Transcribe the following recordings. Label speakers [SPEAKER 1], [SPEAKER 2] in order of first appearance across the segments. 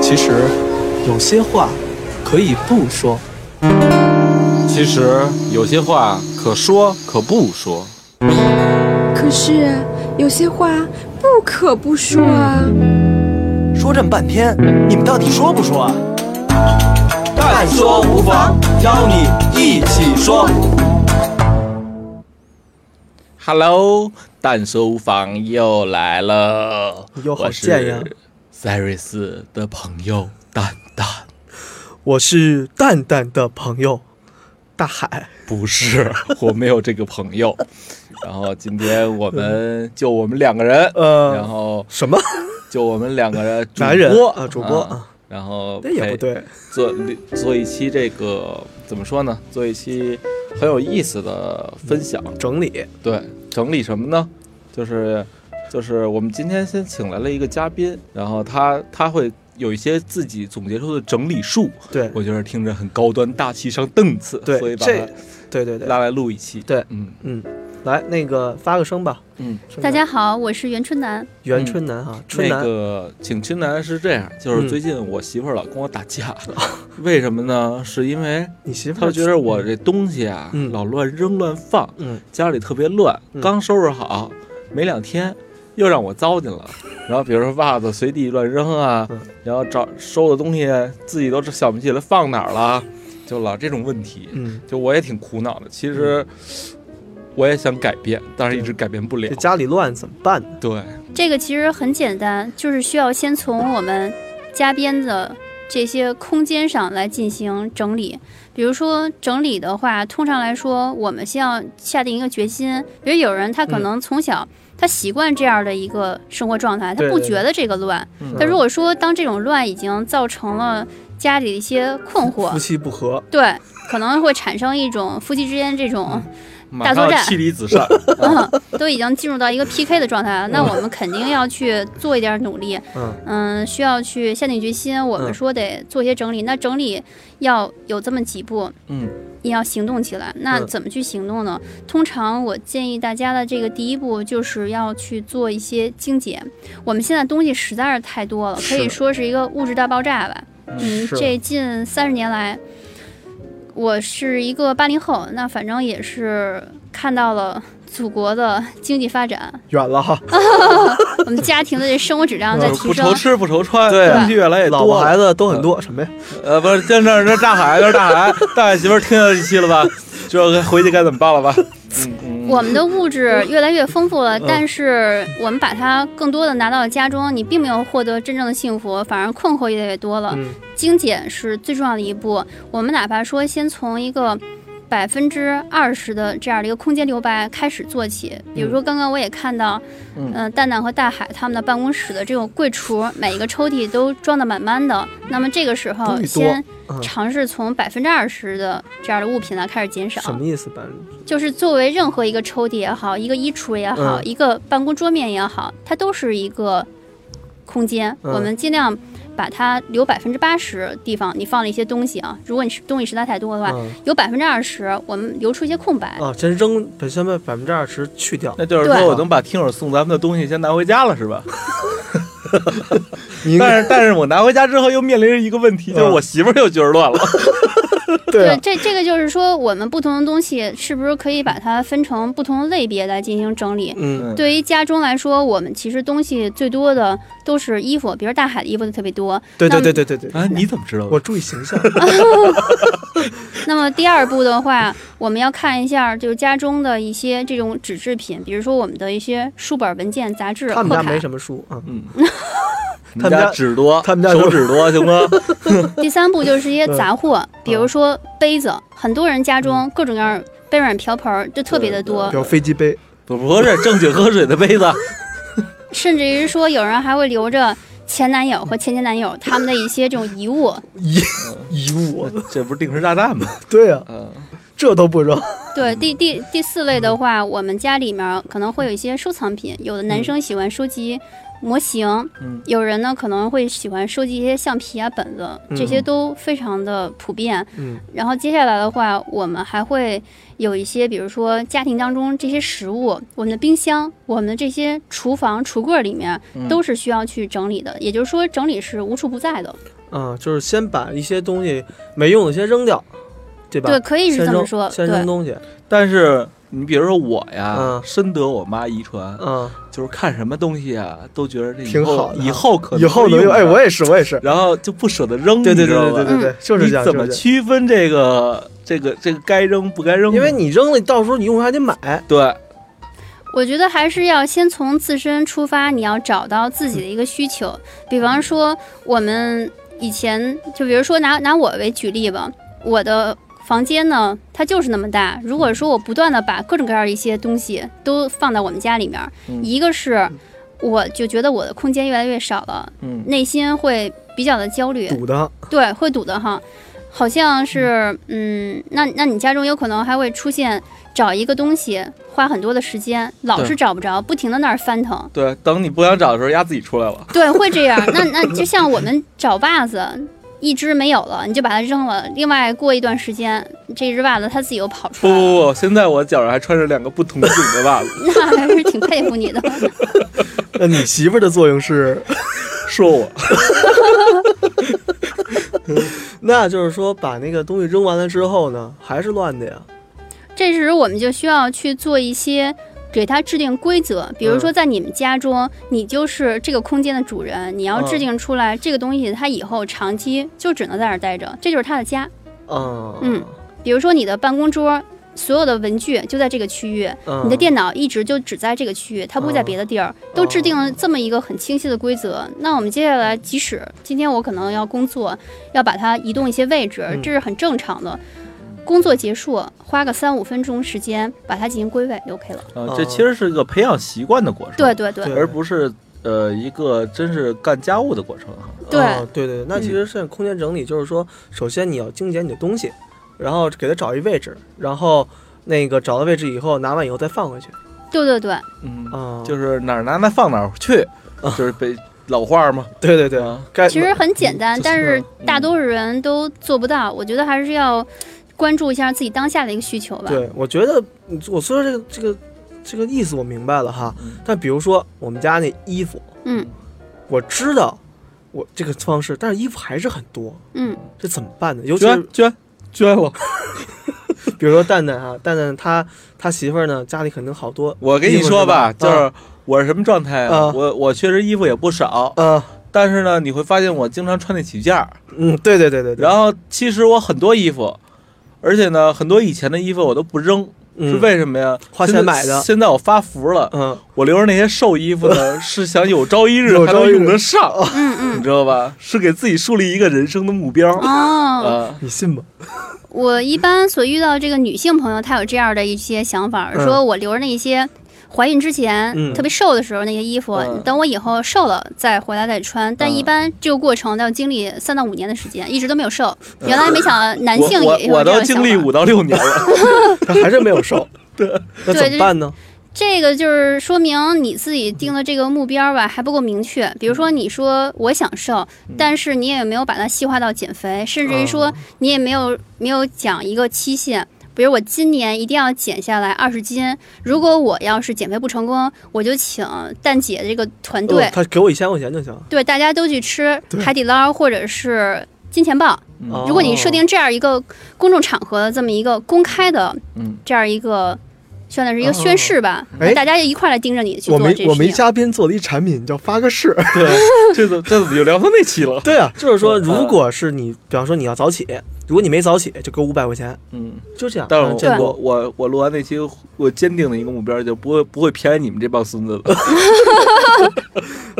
[SPEAKER 1] 其实，有些话可以不说。
[SPEAKER 2] 其实有些话可说可不说。
[SPEAKER 3] 可是啊有些话不可不说啊。
[SPEAKER 4] 说这么半天，你们到底说不说啊？
[SPEAKER 5] 但说无妨，邀你一起说。
[SPEAKER 6] Hello，但说无妨又来了，
[SPEAKER 1] 又好见呀！
[SPEAKER 6] 塞瑞斯的朋友蛋蛋，
[SPEAKER 1] 我是蛋蛋的朋友大海，
[SPEAKER 6] 不是， 我没有这个朋友。然后今天我们就我们两个人，
[SPEAKER 1] 呃
[SPEAKER 6] 然后
[SPEAKER 1] 什么
[SPEAKER 6] 就我们两个人主
[SPEAKER 1] 男人
[SPEAKER 6] 播
[SPEAKER 1] 啊主播
[SPEAKER 6] 啊然后
[SPEAKER 1] 那也
[SPEAKER 6] 陪
[SPEAKER 1] 不对，
[SPEAKER 6] 做做一期这个怎么说呢？做一期很有意思的分享。
[SPEAKER 1] 整理
[SPEAKER 6] 对，整理什么呢？就是就是我们今天先请来了一个嘉宾，然后他他会有一些自己总结出的整理术，
[SPEAKER 1] 对
[SPEAKER 6] 我觉得听着很高端大气上档次，
[SPEAKER 1] 对
[SPEAKER 6] 所以把
[SPEAKER 1] 这
[SPEAKER 6] 他
[SPEAKER 1] 对对对，
[SPEAKER 6] 拉来录一期。
[SPEAKER 1] 对
[SPEAKER 6] 嗯
[SPEAKER 1] 嗯，来那个发个声吧，
[SPEAKER 6] 嗯，
[SPEAKER 1] 声
[SPEAKER 7] 大
[SPEAKER 1] 吧
[SPEAKER 7] 家好，我是袁春楠。
[SPEAKER 1] 袁春楠啊，春
[SPEAKER 6] 那
[SPEAKER 1] 楠
[SPEAKER 6] 个请春楠是这样，就
[SPEAKER 1] 嗯
[SPEAKER 6] 是最近我媳妇儿老跟我打 架，为什么呢？是因为
[SPEAKER 1] 你媳妇
[SPEAKER 6] 她
[SPEAKER 1] 儿
[SPEAKER 6] 觉得我这东西啊、
[SPEAKER 1] 嗯
[SPEAKER 6] 老乱扔乱放，
[SPEAKER 1] 嗯
[SPEAKER 6] 家里特别乱
[SPEAKER 1] 嗯，
[SPEAKER 6] 刚收拾好没两天，又让我糟践 了。然后比如说袜子随地乱扔啊
[SPEAKER 1] 嗯，
[SPEAKER 6] 然后找收的东西自己都想不起来放哪儿了，就老这种问题，
[SPEAKER 1] 嗯，
[SPEAKER 6] 就我也挺苦恼的。其实我也想改变，但是一直改变不了
[SPEAKER 1] 这。家里乱怎么办呢？
[SPEAKER 6] 对，
[SPEAKER 7] 这个其实很简单，就是需要先从我们家边的这些空间上来进行整理。比如说整理的话，通常来说，我们先要下定一个决心。比如有人他可能从小、他习惯这样的一个生活状态，他
[SPEAKER 1] 对
[SPEAKER 7] 不
[SPEAKER 1] 对
[SPEAKER 7] 觉得这个乱。
[SPEAKER 6] 嗯
[SPEAKER 7] 但如果说当这种乱已经造成了家里的一些困
[SPEAKER 1] 夫
[SPEAKER 6] 嗯
[SPEAKER 7] 惑，
[SPEAKER 1] 妻不和，
[SPEAKER 7] 对，可能会产生一种夫妻之间这种。
[SPEAKER 6] 马
[SPEAKER 7] 大
[SPEAKER 6] 上
[SPEAKER 7] 作战
[SPEAKER 6] 妻离子 散。
[SPEAKER 7] 嗯， 都已经进入到一个 PK 的状态了，那我们肯定要去做一点努力。
[SPEAKER 1] 嗯
[SPEAKER 7] 需要去下定决心。我
[SPEAKER 1] 嗯
[SPEAKER 7] 们说得做一些整理，那整理要有这么几步，
[SPEAKER 6] 嗯，
[SPEAKER 7] 你要行动起来。那
[SPEAKER 1] 嗯
[SPEAKER 7] 怎么去行动呢？通常我建议大家的这个第一步就是要去做一些精简。我们现在东西实在是太多了，可
[SPEAKER 1] 是
[SPEAKER 7] 以说是一个物质大爆炸吧。嗯，
[SPEAKER 1] 是
[SPEAKER 7] 这近三十年来，我是一个八零后，那反正也是看到了祖国的经济发展，
[SPEAKER 1] 远了哈，
[SPEAKER 7] 我们家庭的这生活质嗯量在提
[SPEAKER 6] 嗯不
[SPEAKER 7] 升
[SPEAKER 6] 愁。吃不愁穿，
[SPEAKER 1] 对
[SPEAKER 6] 东西越来越
[SPEAKER 1] 老婆
[SPEAKER 6] 多。
[SPEAKER 1] 孩子都很多什么呀？
[SPEAKER 6] 呃，不是，在那儿那大海，那大海，大海媳妇儿听到这期了吧？就回去该怎么办了吧？嗯
[SPEAKER 7] 我们的物质越来越丰富了，但是我们把它更多的拿到了家中，你并没有获得真正的幸福，反而困惑越来越多了。
[SPEAKER 1] 嗯
[SPEAKER 7] 精简是最重要的一步。我们哪怕说先从一个百分之二十的这样的一个空间留白开始做起，
[SPEAKER 1] 嗯
[SPEAKER 7] 比如说刚刚我也看到，
[SPEAKER 6] 嗯
[SPEAKER 7] 呃，蛋蛋和大海他们的办公室的这种柜橱，每一个抽屉都装得满满的。那么这个时候
[SPEAKER 1] 东，西多
[SPEAKER 7] 先
[SPEAKER 1] 嗯
[SPEAKER 7] 尝试从百分之二十的这样的物品呢开始减少。
[SPEAKER 1] 什么意思吧？嗯
[SPEAKER 7] 就是作为任何一个抽屉也好，一个衣橱也好，
[SPEAKER 1] 嗯
[SPEAKER 7] 一个办公桌面也好，它都是一个空间。
[SPEAKER 1] 嗯
[SPEAKER 7] 我们尽量把它留百分之八十地方，你放了一些东西啊。如果你是东西实在太多的话，
[SPEAKER 1] 嗯
[SPEAKER 7] 有百分之二十我们留出一些空白。
[SPEAKER 1] 啊，真扔本身的百分之二十去掉，
[SPEAKER 6] 那就是
[SPEAKER 7] 对
[SPEAKER 6] 说，我能把听友送咱们的东西先拿回家了，是吧？
[SPEAKER 1] 你应该
[SPEAKER 6] 但是，但是我拿回家之后又面临着一个问题，就是我媳妇儿又觉得乱了。
[SPEAKER 1] 对啊，
[SPEAKER 7] 这这个就是说，我们不同的东西是不是可以把它分成不同的类别来进行整理？
[SPEAKER 1] 嗯
[SPEAKER 7] 对于家中来说，我们其实东西最多的都是衣服，比如大海的衣服就特别多，
[SPEAKER 1] 对对
[SPEAKER 7] 那
[SPEAKER 1] 对对对对，
[SPEAKER 6] 啊，你怎么知道的？
[SPEAKER 1] 我注意形象，
[SPEAKER 7] 那么第二步的话，我们要看一下就是家中的一些这种纸制品，比如说我们的一些书本、文件、杂志、
[SPEAKER 1] 他
[SPEAKER 7] 贺
[SPEAKER 1] 们家没
[SPEAKER 7] 卡。
[SPEAKER 1] 什么书啊，
[SPEAKER 6] 嗯，
[SPEAKER 1] 他们家
[SPEAKER 6] 纸多，
[SPEAKER 1] 他们家
[SPEAKER 6] 手指多， 行吗？
[SPEAKER 7] 第三步就是一些杂货，
[SPEAKER 1] 嗯
[SPEAKER 7] 比如说杯子，很多人家中各种各样杯碗瓢盆儿就特别的
[SPEAKER 6] 呃
[SPEAKER 7] 多
[SPEAKER 1] 比，如飞机杯，
[SPEAKER 6] 不不是正经喝水的杯 子，
[SPEAKER 7] 甚至于说有人还会留着前男友和前前男友他们的一些这种遗物。
[SPEAKER 1] 遗遗物，
[SPEAKER 6] 这不是定时炸弹吗？
[SPEAKER 1] 对啊，
[SPEAKER 6] 嗯，
[SPEAKER 1] 这都不 扔，嗯
[SPEAKER 7] 对，第第
[SPEAKER 1] 嗯
[SPEAKER 7] 第四类的话，我们家里面可能会有一些收藏品，有的男生喜欢收集模型，
[SPEAKER 6] 嗯
[SPEAKER 7] 有人呢可能会喜欢收集一些橡皮啊、本子，这些都非常的普遍。
[SPEAKER 1] 嗯
[SPEAKER 7] 然后接下来的话，我们还会有一些，比如说家庭当中这些食物，我们的冰箱、我们的这些厨房、橱柜里面
[SPEAKER 6] 嗯
[SPEAKER 7] 都是需要去整理的。也就是说，整理是无处不在的。
[SPEAKER 1] 啊，就是先把一些东西没用的先扔掉，对吧？
[SPEAKER 7] 对，可以是
[SPEAKER 1] 先
[SPEAKER 7] 这么
[SPEAKER 1] 扔
[SPEAKER 7] 说。
[SPEAKER 1] 先扔
[SPEAKER 7] 对，
[SPEAKER 1] 东西，
[SPEAKER 6] 但是你比如说我呀，
[SPEAKER 1] 嗯
[SPEAKER 6] 深得我妈遗传，
[SPEAKER 1] 嗯，
[SPEAKER 6] 就是看什么东西啊，都觉得这以
[SPEAKER 1] 挺
[SPEAKER 6] 后
[SPEAKER 1] 好的啊
[SPEAKER 6] 以后可能
[SPEAKER 1] 以后能
[SPEAKER 6] 用
[SPEAKER 1] 用，哎，
[SPEAKER 6] 上
[SPEAKER 1] 我也是，我也是，
[SPEAKER 6] 然后就不舍得扔，
[SPEAKER 1] 对对
[SPEAKER 6] 你知
[SPEAKER 1] 对
[SPEAKER 6] 道
[SPEAKER 1] 对
[SPEAKER 6] 吧嗯
[SPEAKER 1] 对对对，就是这样，
[SPEAKER 6] 你怎么
[SPEAKER 1] 就是
[SPEAKER 6] 区分这个这个这个该扔不该
[SPEAKER 1] 这样？
[SPEAKER 6] 扔呢？
[SPEAKER 1] 因为你扔了，到时候你用还得买，
[SPEAKER 6] 对，
[SPEAKER 7] 我觉得还是要先从自身出发，你要找到自己的一个需求。比方说，我们以前就比如说拿拿我为举例吧，我的。房间呢，它就是那么大。如果说我不断的把各种各样一些东西都放到我们家里面，
[SPEAKER 6] 嗯
[SPEAKER 7] 一个是我就觉得我的空间越来越少了，
[SPEAKER 6] 嗯
[SPEAKER 7] 内心会比较的焦虑，
[SPEAKER 1] 堵的，
[SPEAKER 7] 对，会堵得慌。好像是，嗯，那那你家中有可能还会出现找一个东西花很多的时间，老是找不着，不停的那儿 翻腾，
[SPEAKER 6] 对，等你不想找的时候，丫自己出来了。
[SPEAKER 7] 对，会这样。那那就像我们找袜子，一只没有了，你就把它扔了。另外过一段时间，这只袜子它自己又跑出
[SPEAKER 6] 不
[SPEAKER 7] 来了，
[SPEAKER 6] 不不，现在我脚上还穿着两个不同品的袜子，
[SPEAKER 7] 那还是挺佩服你的。
[SPEAKER 1] 那你媳妇儿的作用 是，
[SPEAKER 6] 说我
[SPEAKER 1] 那就是说把那个东西扔完了之后呢，还是乱的呀，
[SPEAKER 7] 这时我们就需要去做一些。给它制定规则，比如说在你们家中，你就是这个空间的主人，你要
[SPEAKER 1] 嗯
[SPEAKER 7] 制定出来、这个东西，它以后长期就只能在那儿待着，这就是它的家。
[SPEAKER 1] 嗯
[SPEAKER 7] 嗯比如说你的办公桌，所有的文具就在这个区域，
[SPEAKER 1] 嗯，
[SPEAKER 7] 你的电脑一直就只在这个区域，它不在
[SPEAKER 1] 嗯
[SPEAKER 7] 别的地儿，都制定了这么一个很清晰的规则。那我们接下来，即使今天我可能要工作，要把它移动一些位置
[SPEAKER 1] 嗯，
[SPEAKER 7] 这是很正常的。工作结束，花个三五分钟时间把它进行归位就 OK 了。
[SPEAKER 6] 啊，这其实是个培养习惯的过程，
[SPEAKER 7] 对，对对
[SPEAKER 1] 对
[SPEAKER 6] 而不是呃一个真是干家务的过程哈。
[SPEAKER 7] 对嗯
[SPEAKER 1] 哦对对，那其实现在空间整理就是说，首先你要精简你的东西，然后给它找一位置，然后那个找到位置以后，拿完以后再放回去
[SPEAKER 7] 对对对，
[SPEAKER 6] 嗯，
[SPEAKER 1] 啊，
[SPEAKER 6] 就是哪儿拿那放哪儿去，就是北老话 嘛。
[SPEAKER 1] 对对对
[SPEAKER 6] 啊，
[SPEAKER 1] 该
[SPEAKER 7] 其实很简单
[SPEAKER 1] 嗯，
[SPEAKER 7] 但
[SPEAKER 1] 就是
[SPEAKER 7] 是大多数人都做不到。我觉得还是要关注一下自己当下的一个需求吧。
[SPEAKER 1] 对，我觉得嗯我说这个这个这个意思我明白了哈，
[SPEAKER 6] 嗯
[SPEAKER 1] 但比如说我们家那衣服，
[SPEAKER 7] 嗯
[SPEAKER 1] 我知道我这个方式，但是衣服还是很多，
[SPEAKER 7] 嗯，
[SPEAKER 1] 这怎么办呢？尤其是
[SPEAKER 6] 捐捐捐了，
[SPEAKER 1] 比如说蛋蛋啊，蛋蛋他他媳妇儿呢，家里肯定好多，
[SPEAKER 6] 我跟你说吧，
[SPEAKER 1] 衣服
[SPEAKER 6] 就是
[SPEAKER 1] 吧
[SPEAKER 6] 是我是什么状态
[SPEAKER 1] 啊
[SPEAKER 6] 我我确实衣服也不少，
[SPEAKER 1] 啊，
[SPEAKER 6] 但是呢，你会发现我经常穿得起件儿。
[SPEAKER 1] 嗯，对对对对对，
[SPEAKER 6] 然后其实我很多衣服，而且呢，很多以前的衣服我都不扔，是
[SPEAKER 1] 嗯
[SPEAKER 6] 为什么呀？
[SPEAKER 1] 花钱
[SPEAKER 6] 现在
[SPEAKER 1] 买的
[SPEAKER 6] 现在我发福了，
[SPEAKER 1] 嗯，
[SPEAKER 6] 我留着那些瘦衣服呢，是想有朝一日
[SPEAKER 1] 有
[SPEAKER 6] 还
[SPEAKER 1] 朝
[SPEAKER 6] 能
[SPEAKER 1] 一日哦
[SPEAKER 6] 用得上，
[SPEAKER 7] 嗯嗯
[SPEAKER 6] 你知道吧？是给自己树立一个人生的目标啊、
[SPEAKER 7] 哦，
[SPEAKER 1] 你信吗？
[SPEAKER 7] 我一般所遇到这个女性朋友，她有这样的一些想法，
[SPEAKER 1] 嗯
[SPEAKER 7] 说我留着那些怀孕之前、
[SPEAKER 1] 嗯
[SPEAKER 7] 特别瘦的时候那些衣服，
[SPEAKER 6] 嗯
[SPEAKER 7] 等我以后瘦了再回来再穿。但
[SPEAKER 6] 嗯
[SPEAKER 7] 一般这个过程要经历三到五年的时间，一直都没有瘦。原来没想到男性
[SPEAKER 6] 嗯我
[SPEAKER 7] 也
[SPEAKER 6] 我
[SPEAKER 7] 有
[SPEAKER 6] 我
[SPEAKER 7] 这
[SPEAKER 6] 都
[SPEAKER 7] 样想
[SPEAKER 6] 经历
[SPEAKER 7] 法。
[SPEAKER 6] 五到六年了，
[SPEAKER 1] 他还是没有瘦， 对，那怎
[SPEAKER 7] 对就
[SPEAKER 1] 么
[SPEAKER 7] 是
[SPEAKER 1] 办呢？
[SPEAKER 7] 这个就是说明你自己定的这个目标吧，还不够明确。比如说，你说我想瘦，但是你也没有把它细化到减肥，甚至于说你也没有没有讲一个期限。比如我今年一定要减下来二十斤，如果我要是减肥不成功，我就请蛋姐这个团队，
[SPEAKER 1] 呃他给我一千块钱就行。
[SPEAKER 7] 对大家都去吃海底捞或者是金钱豹。
[SPEAKER 1] 哦
[SPEAKER 6] 嗯
[SPEAKER 7] 如果你设定这样一个公众场合的这么一个公开的
[SPEAKER 6] 嗯
[SPEAKER 7] 这样一个，算是一
[SPEAKER 1] 哦
[SPEAKER 7] 个宣誓吧，
[SPEAKER 1] 哎
[SPEAKER 7] 那大家就一块儿来盯着你去
[SPEAKER 1] 我
[SPEAKER 7] 做
[SPEAKER 1] 们
[SPEAKER 7] 这
[SPEAKER 1] 我
[SPEAKER 7] 事
[SPEAKER 1] 们
[SPEAKER 7] 情。
[SPEAKER 1] 嘉宾做了一产品叫发个誓，
[SPEAKER 6] 对，这怎这怎么就聊到那期了？
[SPEAKER 1] 对啊，就是说，
[SPEAKER 6] 嗯
[SPEAKER 1] 如果是你，比方说你要早起，如果你没早起，就给我五百块钱，
[SPEAKER 6] 嗯，
[SPEAKER 1] 就这样。
[SPEAKER 6] 但
[SPEAKER 1] 嗯
[SPEAKER 6] 是
[SPEAKER 1] 见
[SPEAKER 6] 我我
[SPEAKER 1] 过
[SPEAKER 6] 我我录完那期，我坚定的一个目标就不会不会偏爱你们这帮孙子 的。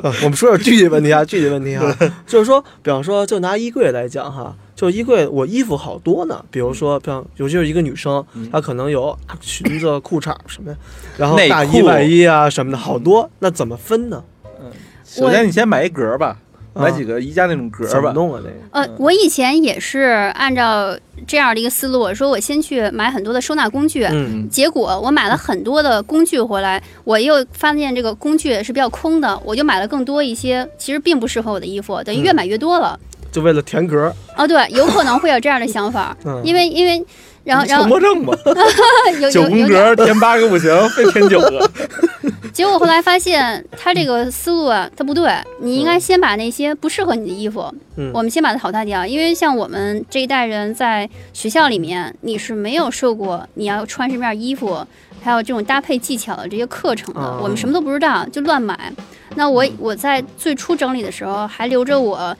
[SPEAKER 1] 啊我们说点具体问题 啊，具体问题啊，就是说，比方说，就拿衣柜来讲哈，就衣柜我衣服好多呢，比如说，比方尤其是一个女生，她可能有啊裙子、裤衩什么呀，然后
[SPEAKER 6] 内
[SPEAKER 1] 大衣、
[SPEAKER 6] 裤
[SPEAKER 1] 外衣啊什么的，好多，那怎么分呢？
[SPEAKER 6] 首先你先买一格吧，
[SPEAKER 1] 嗯
[SPEAKER 6] 买几个宜家那种格
[SPEAKER 1] 怎
[SPEAKER 6] 儿
[SPEAKER 1] 么
[SPEAKER 6] 吧。
[SPEAKER 1] 弄啊？那个
[SPEAKER 7] 呃，我以前也是按照这样的一个思路，我说我先去买很多的收纳工具，
[SPEAKER 1] 嗯
[SPEAKER 7] 结果我买了很多的工具回来，我又发现这个工具是比较空的，我就买了更多一些，其实并不适合我的衣服，等于越买越多了。
[SPEAKER 1] 就为了填格儿，
[SPEAKER 7] 哦，对，有可能会有这样的想法，
[SPEAKER 1] 嗯
[SPEAKER 7] 因为因为，然后 然
[SPEAKER 6] 强
[SPEAKER 7] 后
[SPEAKER 6] 迫症吧，
[SPEAKER 7] 有
[SPEAKER 6] 九
[SPEAKER 7] 有
[SPEAKER 6] 宫
[SPEAKER 7] 有
[SPEAKER 6] 格
[SPEAKER 7] 点，
[SPEAKER 6] 儿填八个不行，非填九 个。
[SPEAKER 7] 结果后来发现他这个思路啊，他不对，你应该先把那些不适合你的衣服，
[SPEAKER 1] 嗯
[SPEAKER 7] 我们先把它淘汰掉，因为像我们这一代人在学校里面，你是没有受过你要穿什么样衣服，还有这种搭配技巧的这些课程的，
[SPEAKER 1] 哦嗯
[SPEAKER 7] 我们什么都不知道，就乱买。那我我在最初整理的时候，还留着我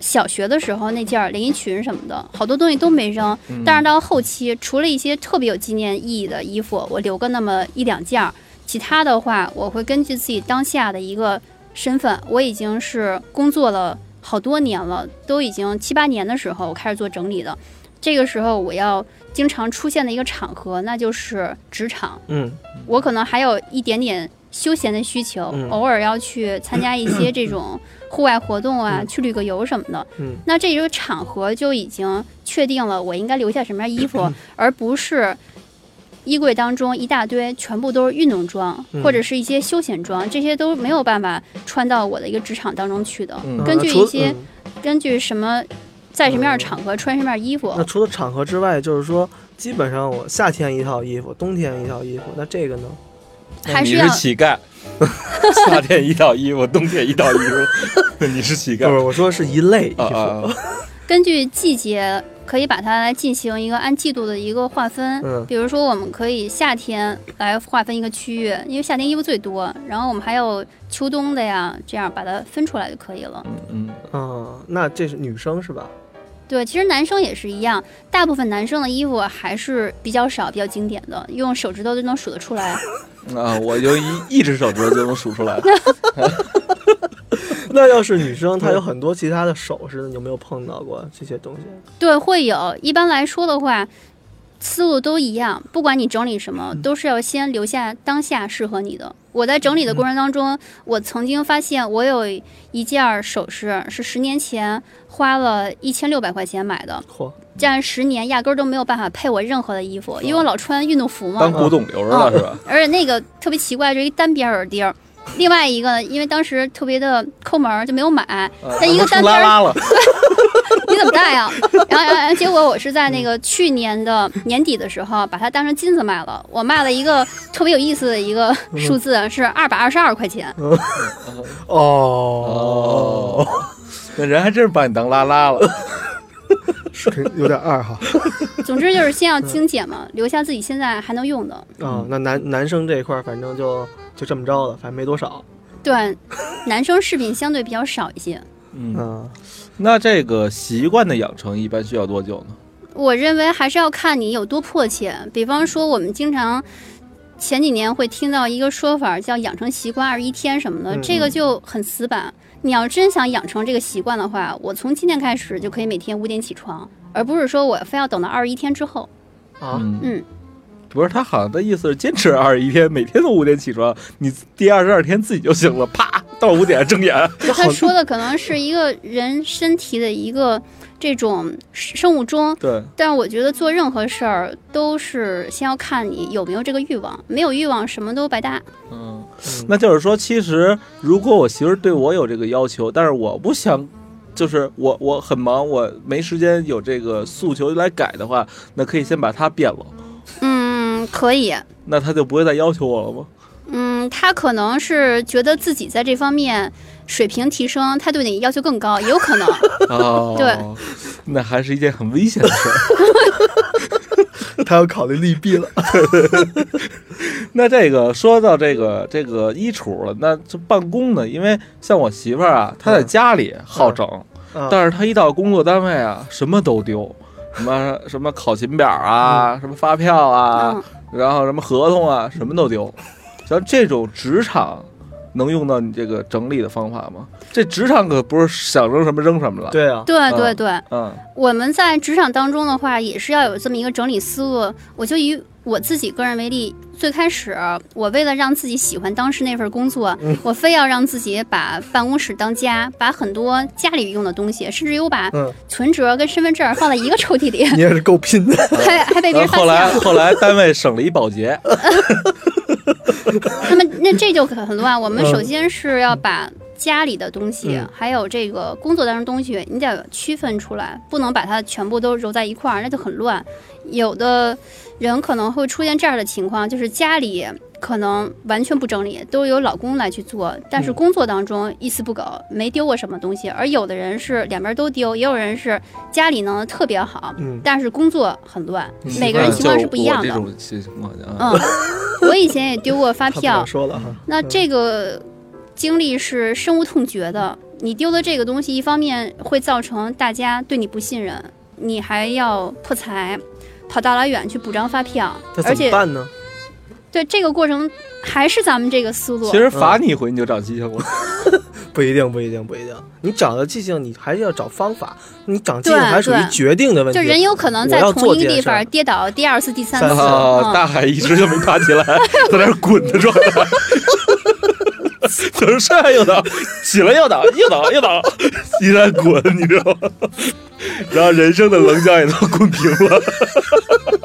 [SPEAKER 7] 小学的时候那件儿连衣裙什么的，好多东西都没扔。但是到后期，除了一些特别有纪念意义的衣服，我留个那么一两件儿，其他的话，我会根据自己当下的一个身份，我已经是工作了好多年了，都已经七八年的时候，我开始做整理的。这个时候我要经常出现的一个场合，那就是职场。
[SPEAKER 1] 嗯
[SPEAKER 7] 我可能还有一点点休闲的需求，
[SPEAKER 1] 嗯
[SPEAKER 7] 偶尔要去参加一 些这种户外活动啊，去旅个游什么的。
[SPEAKER 1] 嗯
[SPEAKER 7] 那这个场合就已经确定了，我应该留下什么样衣服，
[SPEAKER 1] 嗯
[SPEAKER 7] 而不是衣柜当中一大堆全部都是运动装、
[SPEAKER 1] 嗯
[SPEAKER 7] 或者是一些休闲装，这些都没有办法穿到我的一个职场当中去的。
[SPEAKER 6] 嗯
[SPEAKER 1] 嗯
[SPEAKER 7] 根据
[SPEAKER 1] 那除
[SPEAKER 7] 一些
[SPEAKER 1] 嗯
[SPEAKER 7] 根据什么，在什么样的场合穿什么样的衣服，
[SPEAKER 1] 那除了场合之外，就是说，基本上我夏天一套衣服，冬天一套衣服，那这个呢？
[SPEAKER 7] 还
[SPEAKER 6] 你
[SPEAKER 7] 要
[SPEAKER 6] 是乞丐，夏天一套衣服，冬天一套衣服， 你是乞
[SPEAKER 1] 不是，
[SPEAKER 6] 丐。
[SPEAKER 1] 我说是一类衣
[SPEAKER 6] 啊啊
[SPEAKER 1] 服，
[SPEAKER 6] 啊！
[SPEAKER 7] 根据季节可以把它来进行一个按季度的一个划分。
[SPEAKER 1] 嗯
[SPEAKER 7] 比如说我们可以夏天来划分一个区域，因为夏天衣服最多，然后我们还有秋冬的呀，这样把它分出来就可以了。
[SPEAKER 6] 嗯，
[SPEAKER 1] 嗯，那这是女生是吧？
[SPEAKER 7] 对，其实男生也是一样，大部分男生的衣服还是比较少、比较经典的，用手指头就能数得出来。
[SPEAKER 6] 啊，我就一一只手指头就能数出来。
[SPEAKER 1] 那要是女生，她有很多其他的首饰，你有没有碰到过这些东西？
[SPEAKER 7] 对，会有。一般来说的话，思路都一样，不管你整理什
[SPEAKER 6] 嗯
[SPEAKER 7] 么，都是要先留下当下适合你的。我在整
[SPEAKER 6] 嗯
[SPEAKER 7] 理的过程当中，我曾经发现我有一件儿首饰是十年前花了一千六百块钱买的，
[SPEAKER 1] 嚯，
[SPEAKER 7] 但十年压根儿都没有办法配我任何的衣服，因为我老穿运动服
[SPEAKER 6] 哦
[SPEAKER 7] 嘛。
[SPEAKER 6] 当古董留着了是吧？
[SPEAKER 7] 而且那个特别奇怪，就是一单边耳钉儿。另外一个呢，因为当时特别的抠门儿，就没有买。
[SPEAKER 6] 呃
[SPEAKER 7] 但一个单
[SPEAKER 6] 出拉
[SPEAKER 7] 边儿
[SPEAKER 6] 拉了，
[SPEAKER 7] 你怎么戴呀、然后，然后，结果我是在那个去年的年底的时候，啊把它当成金子卖了。我卖了一个特别有意思的一个数字，啊是二百二十二块钱。
[SPEAKER 1] 哦，
[SPEAKER 6] 那人还真是把你当拉拉了。
[SPEAKER 1] 是有点二哈。
[SPEAKER 7] 总之就是先要精简嘛，留下自己现在还能用的。
[SPEAKER 1] 啊，那男男生这一块，反正就就这么着了，反正没多少。
[SPEAKER 7] 对，男生饰品相对比较少一些。
[SPEAKER 6] 嗯，
[SPEAKER 1] 嗯，
[SPEAKER 6] 那这个习惯的养成一般需要多久呢？
[SPEAKER 7] 我认为还是要看你有多迫切。比方说，我们经常前几年会听到一个说法叫“养成习惯二十一天”什么的，
[SPEAKER 1] 嗯
[SPEAKER 7] 这个就很死板。你要真想养成这个习惯的话，我从今天开始就可以每天五点起床，而不是说我非要等到二十一天之后。
[SPEAKER 1] 啊，
[SPEAKER 6] 嗯，
[SPEAKER 7] 嗯，
[SPEAKER 6] 不是，他好像的意思是坚持二十一天，每天都五点起床，你第二十二天自己就醒了，啪到五点睁眼。
[SPEAKER 1] 那好
[SPEAKER 7] 他说的可能是一个人身体的一个这种生物钟，
[SPEAKER 6] 对，
[SPEAKER 7] 但我觉得做任何事儿都是先要看你有没有这个欲望，没有欲望什么都白搭。
[SPEAKER 6] 嗯，那就是说，其实如果我媳妇儿对我有这个要求，但是我不想，就是我我很忙，我没时间有这个诉求来改的话，那可以先把它变了，
[SPEAKER 7] 嗯，可以。
[SPEAKER 6] 那她就不会再要求我了吗？
[SPEAKER 7] 嗯，他可能是觉得自己在这方面水平提升，他对你要求更高，也有可 能。
[SPEAKER 6] 哦，对， 那还是一件很危险的事儿。
[SPEAKER 1] 他要考虑利弊了。
[SPEAKER 6] 那这个说到这个这个衣橱了，那这办公呢？因为像我媳妇儿啊，她在家里好整，
[SPEAKER 1] 嗯
[SPEAKER 6] 但是她一到工作单位啊，什么都丢，什么什么考勤表啊，什么发票啊，
[SPEAKER 7] 嗯，
[SPEAKER 6] 然后什么合同啊，什么都丢。像这种职场，能用到你这个整理的方法吗？这职场可不是想扔什么扔什么了。，
[SPEAKER 1] 对啊，
[SPEAKER 7] 对对
[SPEAKER 6] 嗯
[SPEAKER 7] 对，
[SPEAKER 6] 嗯
[SPEAKER 7] 我们在职场当中的话，也是要有这么一个整理思路。我就以我自己个人为例，最开始我为了让自己喜欢当时那份工作，
[SPEAKER 6] 嗯
[SPEAKER 7] 我非要让自己把办公室当家，把很多家里用的东西，甚至于我把
[SPEAKER 1] 嗯
[SPEAKER 7] 存折跟身份证放在一个抽屉里，
[SPEAKER 1] 你也是够拼的，
[SPEAKER 7] 还还被别
[SPEAKER 6] 啊然
[SPEAKER 7] 人
[SPEAKER 6] 后
[SPEAKER 7] 发
[SPEAKER 6] 后
[SPEAKER 7] 现
[SPEAKER 6] 来
[SPEAKER 7] 了。
[SPEAKER 6] 后来单位省了一保洁，
[SPEAKER 7] 那么那这就很乱。我们
[SPEAKER 1] 嗯
[SPEAKER 7] 首先是要把家里的东西，还有这个工作当中东西，你得区分出来，不能把它全部都揉在一块儿，那就很乱。有的人可能会出现这样的情况，就是家里。可能完全不整理，都由老公来去做，但
[SPEAKER 1] 嗯
[SPEAKER 7] 是工作当中一丝不苟，没丢过什么东西。而有的人是两边都丢，也有人是家里呢特别好，
[SPEAKER 1] 嗯
[SPEAKER 7] 但是工作很乱。 每个人情况是不一样的。
[SPEAKER 6] 嗯就我这种情况下啊，
[SPEAKER 7] 嗯，我以前也丢过发
[SPEAKER 1] 他不敢
[SPEAKER 7] 票，
[SPEAKER 1] 说了哈。
[SPEAKER 7] 那这个经历是深恶痛绝的。你丢了这个东西，一方面会造成大家对你不信任，你还要破财，跑大老远去补张发票
[SPEAKER 1] 那，
[SPEAKER 7] 而
[SPEAKER 1] 怎么
[SPEAKER 7] 且
[SPEAKER 1] 办呢？
[SPEAKER 7] 对这个过程还是咱们这个思路
[SPEAKER 6] 其。实罚你一回你就长记性了。
[SPEAKER 1] 不一定，不一定，不一定。你长了记性，你还是要找方法。你长记性
[SPEAKER 7] 对
[SPEAKER 1] 还属于
[SPEAKER 7] 对
[SPEAKER 1] 决定的问题。
[SPEAKER 7] 就人有可能在
[SPEAKER 1] 我要
[SPEAKER 7] 同
[SPEAKER 1] 做
[SPEAKER 7] 一
[SPEAKER 1] 这
[SPEAKER 7] 个
[SPEAKER 1] 件
[SPEAKER 7] 地
[SPEAKER 1] 事儿
[SPEAKER 7] 方跌倒第二次、第三次，
[SPEAKER 1] 三次
[SPEAKER 6] 啊，
[SPEAKER 7] 嗯
[SPEAKER 6] 大海一直就没爬起来，在那儿滚的状态。 从上又倒，起来又倒，又倒又倒，一直在滚，你知道吗？然后人生的棱角也都滚平了。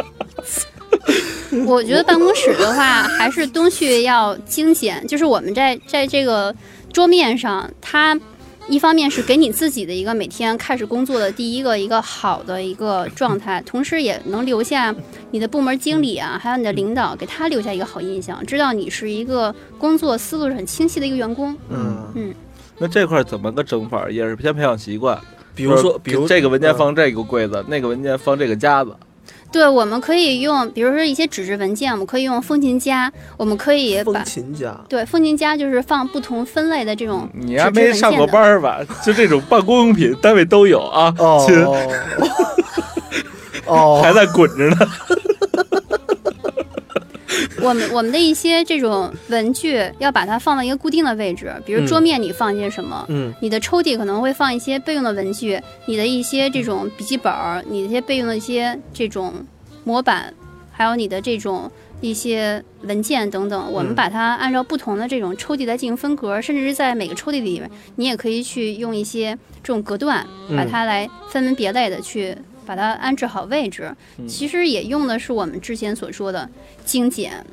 [SPEAKER 7] 我觉得办公室的话，还是东西要精简。就是我们在在这个桌面上，它一方面是给你自己的一个每天开始工作的第一个一个好的一个状态，同时也能留下你的部门经理啊，还有你的领导，给他留下一个好印象，知道你是一个工作思路是很清晰的一个员工。
[SPEAKER 1] 嗯，
[SPEAKER 6] 那这块儿怎么个整法儿？也是先培养习惯，
[SPEAKER 1] 比如说，
[SPEAKER 6] 这
[SPEAKER 1] 比如
[SPEAKER 6] 这个文件
[SPEAKER 1] 嗯
[SPEAKER 6] 放这个柜子，那个文件放这个夹子，
[SPEAKER 7] 对，我们可以用，比如说一些纸质文件，我们可以用风琴夹，我们可以把
[SPEAKER 1] 风琴 家，
[SPEAKER 7] 对风琴夹就是放不同分类的这种纸质文
[SPEAKER 6] 嗯你
[SPEAKER 7] 件
[SPEAKER 6] 还
[SPEAKER 7] 的。
[SPEAKER 6] 没上过班 儿吧？就这种办公用品，单位都有啊，
[SPEAKER 1] 哦
[SPEAKER 6] 亲， 还
[SPEAKER 1] 哦，
[SPEAKER 6] 在滚着呢。
[SPEAKER 7] 我们我们的一些这种文具要把它放到一个固定的位置，比如桌面你放一些什么，
[SPEAKER 1] 嗯
[SPEAKER 7] 你的抽屉可能会放一些备用的文具，你的一些这种笔记本儿，你的一些备用的一些这种模板，还有你的这种一些文件等等，我们把它按照不同的这种抽屉来进行分隔，甚至是在每个抽屉里面，你也可以去用一些这种隔断，
[SPEAKER 1] 嗯
[SPEAKER 7] 把它来分门别类的去把它安置好位置。
[SPEAKER 1] 嗯
[SPEAKER 7] 其实也用的是我们之前所说的精简、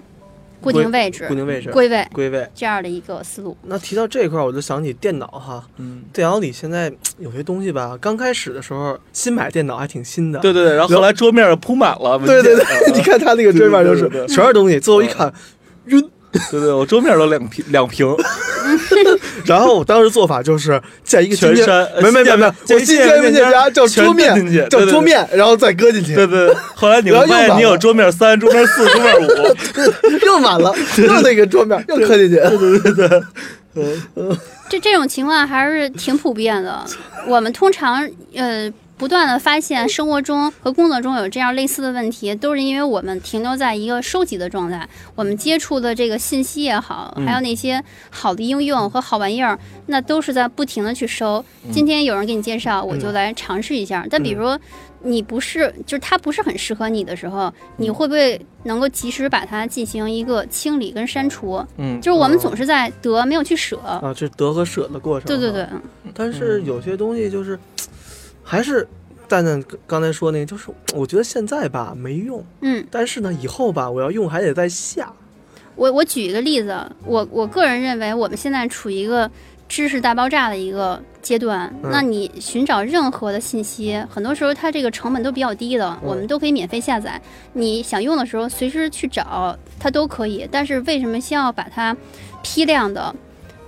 [SPEAKER 7] 固定位置
[SPEAKER 1] 固、定位置，
[SPEAKER 7] 归位
[SPEAKER 1] 归位。
[SPEAKER 7] 这样的一个思路。
[SPEAKER 1] 那提到这一块儿，我就想起电脑哈，
[SPEAKER 6] 嗯，
[SPEAKER 1] 电脑里现在有些东西吧，刚开始的时候新买电脑还挺新的，
[SPEAKER 6] 对对对，然后后来桌面上铺满了文
[SPEAKER 1] 对
[SPEAKER 6] 件，啊
[SPEAKER 1] 对对， 你看他那个桌面就
[SPEAKER 6] 对
[SPEAKER 1] 是
[SPEAKER 6] 对对嗯
[SPEAKER 1] 全是东西，最后一看晕。
[SPEAKER 6] 对对，我桌面都两平 两平，
[SPEAKER 1] 然后我当时做法就是建一个
[SPEAKER 6] 全呃
[SPEAKER 1] 新
[SPEAKER 6] 删
[SPEAKER 1] 建没没没没，
[SPEAKER 6] 建
[SPEAKER 1] 我
[SPEAKER 6] 一
[SPEAKER 1] 新
[SPEAKER 6] 建
[SPEAKER 1] 建文件夹叫
[SPEAKER 6] 全
[SPEAKER 1] 桌面
[SPEAKER 6] 进去对
[SPEAKER 1] 叫
[SPEAKER 6] 对
[SPEAKER 1] 桌
[SPEAKER 6] 对
[SPEAKER 1] 面，然后再搁进去，
[SPEAKER 6] 对对。后来你会发现你有桌面三、桌面四、桌面 五，
[SPEAKER 1] 又满了，又那个桌面又搁进去。
[SPEAKER 7] 这这种情况还是挺普遍的。我们通常呃不断的发现生活中和工作中有这样类似的问题，都是因为我们停留在一个收集的状态，我们接触的这个信息也好，还有那些好的应用和好玩意儿，那都是在不停的去收。今天有人给你介绍，我就来尝试一下。但比如说你不是，就是它不是很适合你的时候，你会不会能够及时把它进行一个清理跟删除？
[SPEAKER 6] 嗯
[SPEAKER 7] 就是我们总是在得没有去舍。
[SPEAKER 1] 啊，这得和舍的过程。
[SPEAKER 7] 对对嗯对。，
[SPEAKER 1] 但是有些东西就是，还是蛋蛋刚才说那个，就是我觉得现在吧没用，
[SPEAKER 7] 嗯，
[SPEAKER 1] 但是呢以后吧我要用还得再下。
[SPEAKER 7] 我我举一个例子，我我个人认为我们现在处于一个知识大爆炸的一个阶段，
[SPEAKER 1] 嗯
[SPEAKER 7] 那你寻找任何的信息，很多时候它这个成本都比较低的，
[SPEAKER 1] 嗯
[SPEAKER 7] 我们都可以免费下载，你想用的时候随时去找，它都可以。但是为什么先要把它批量的？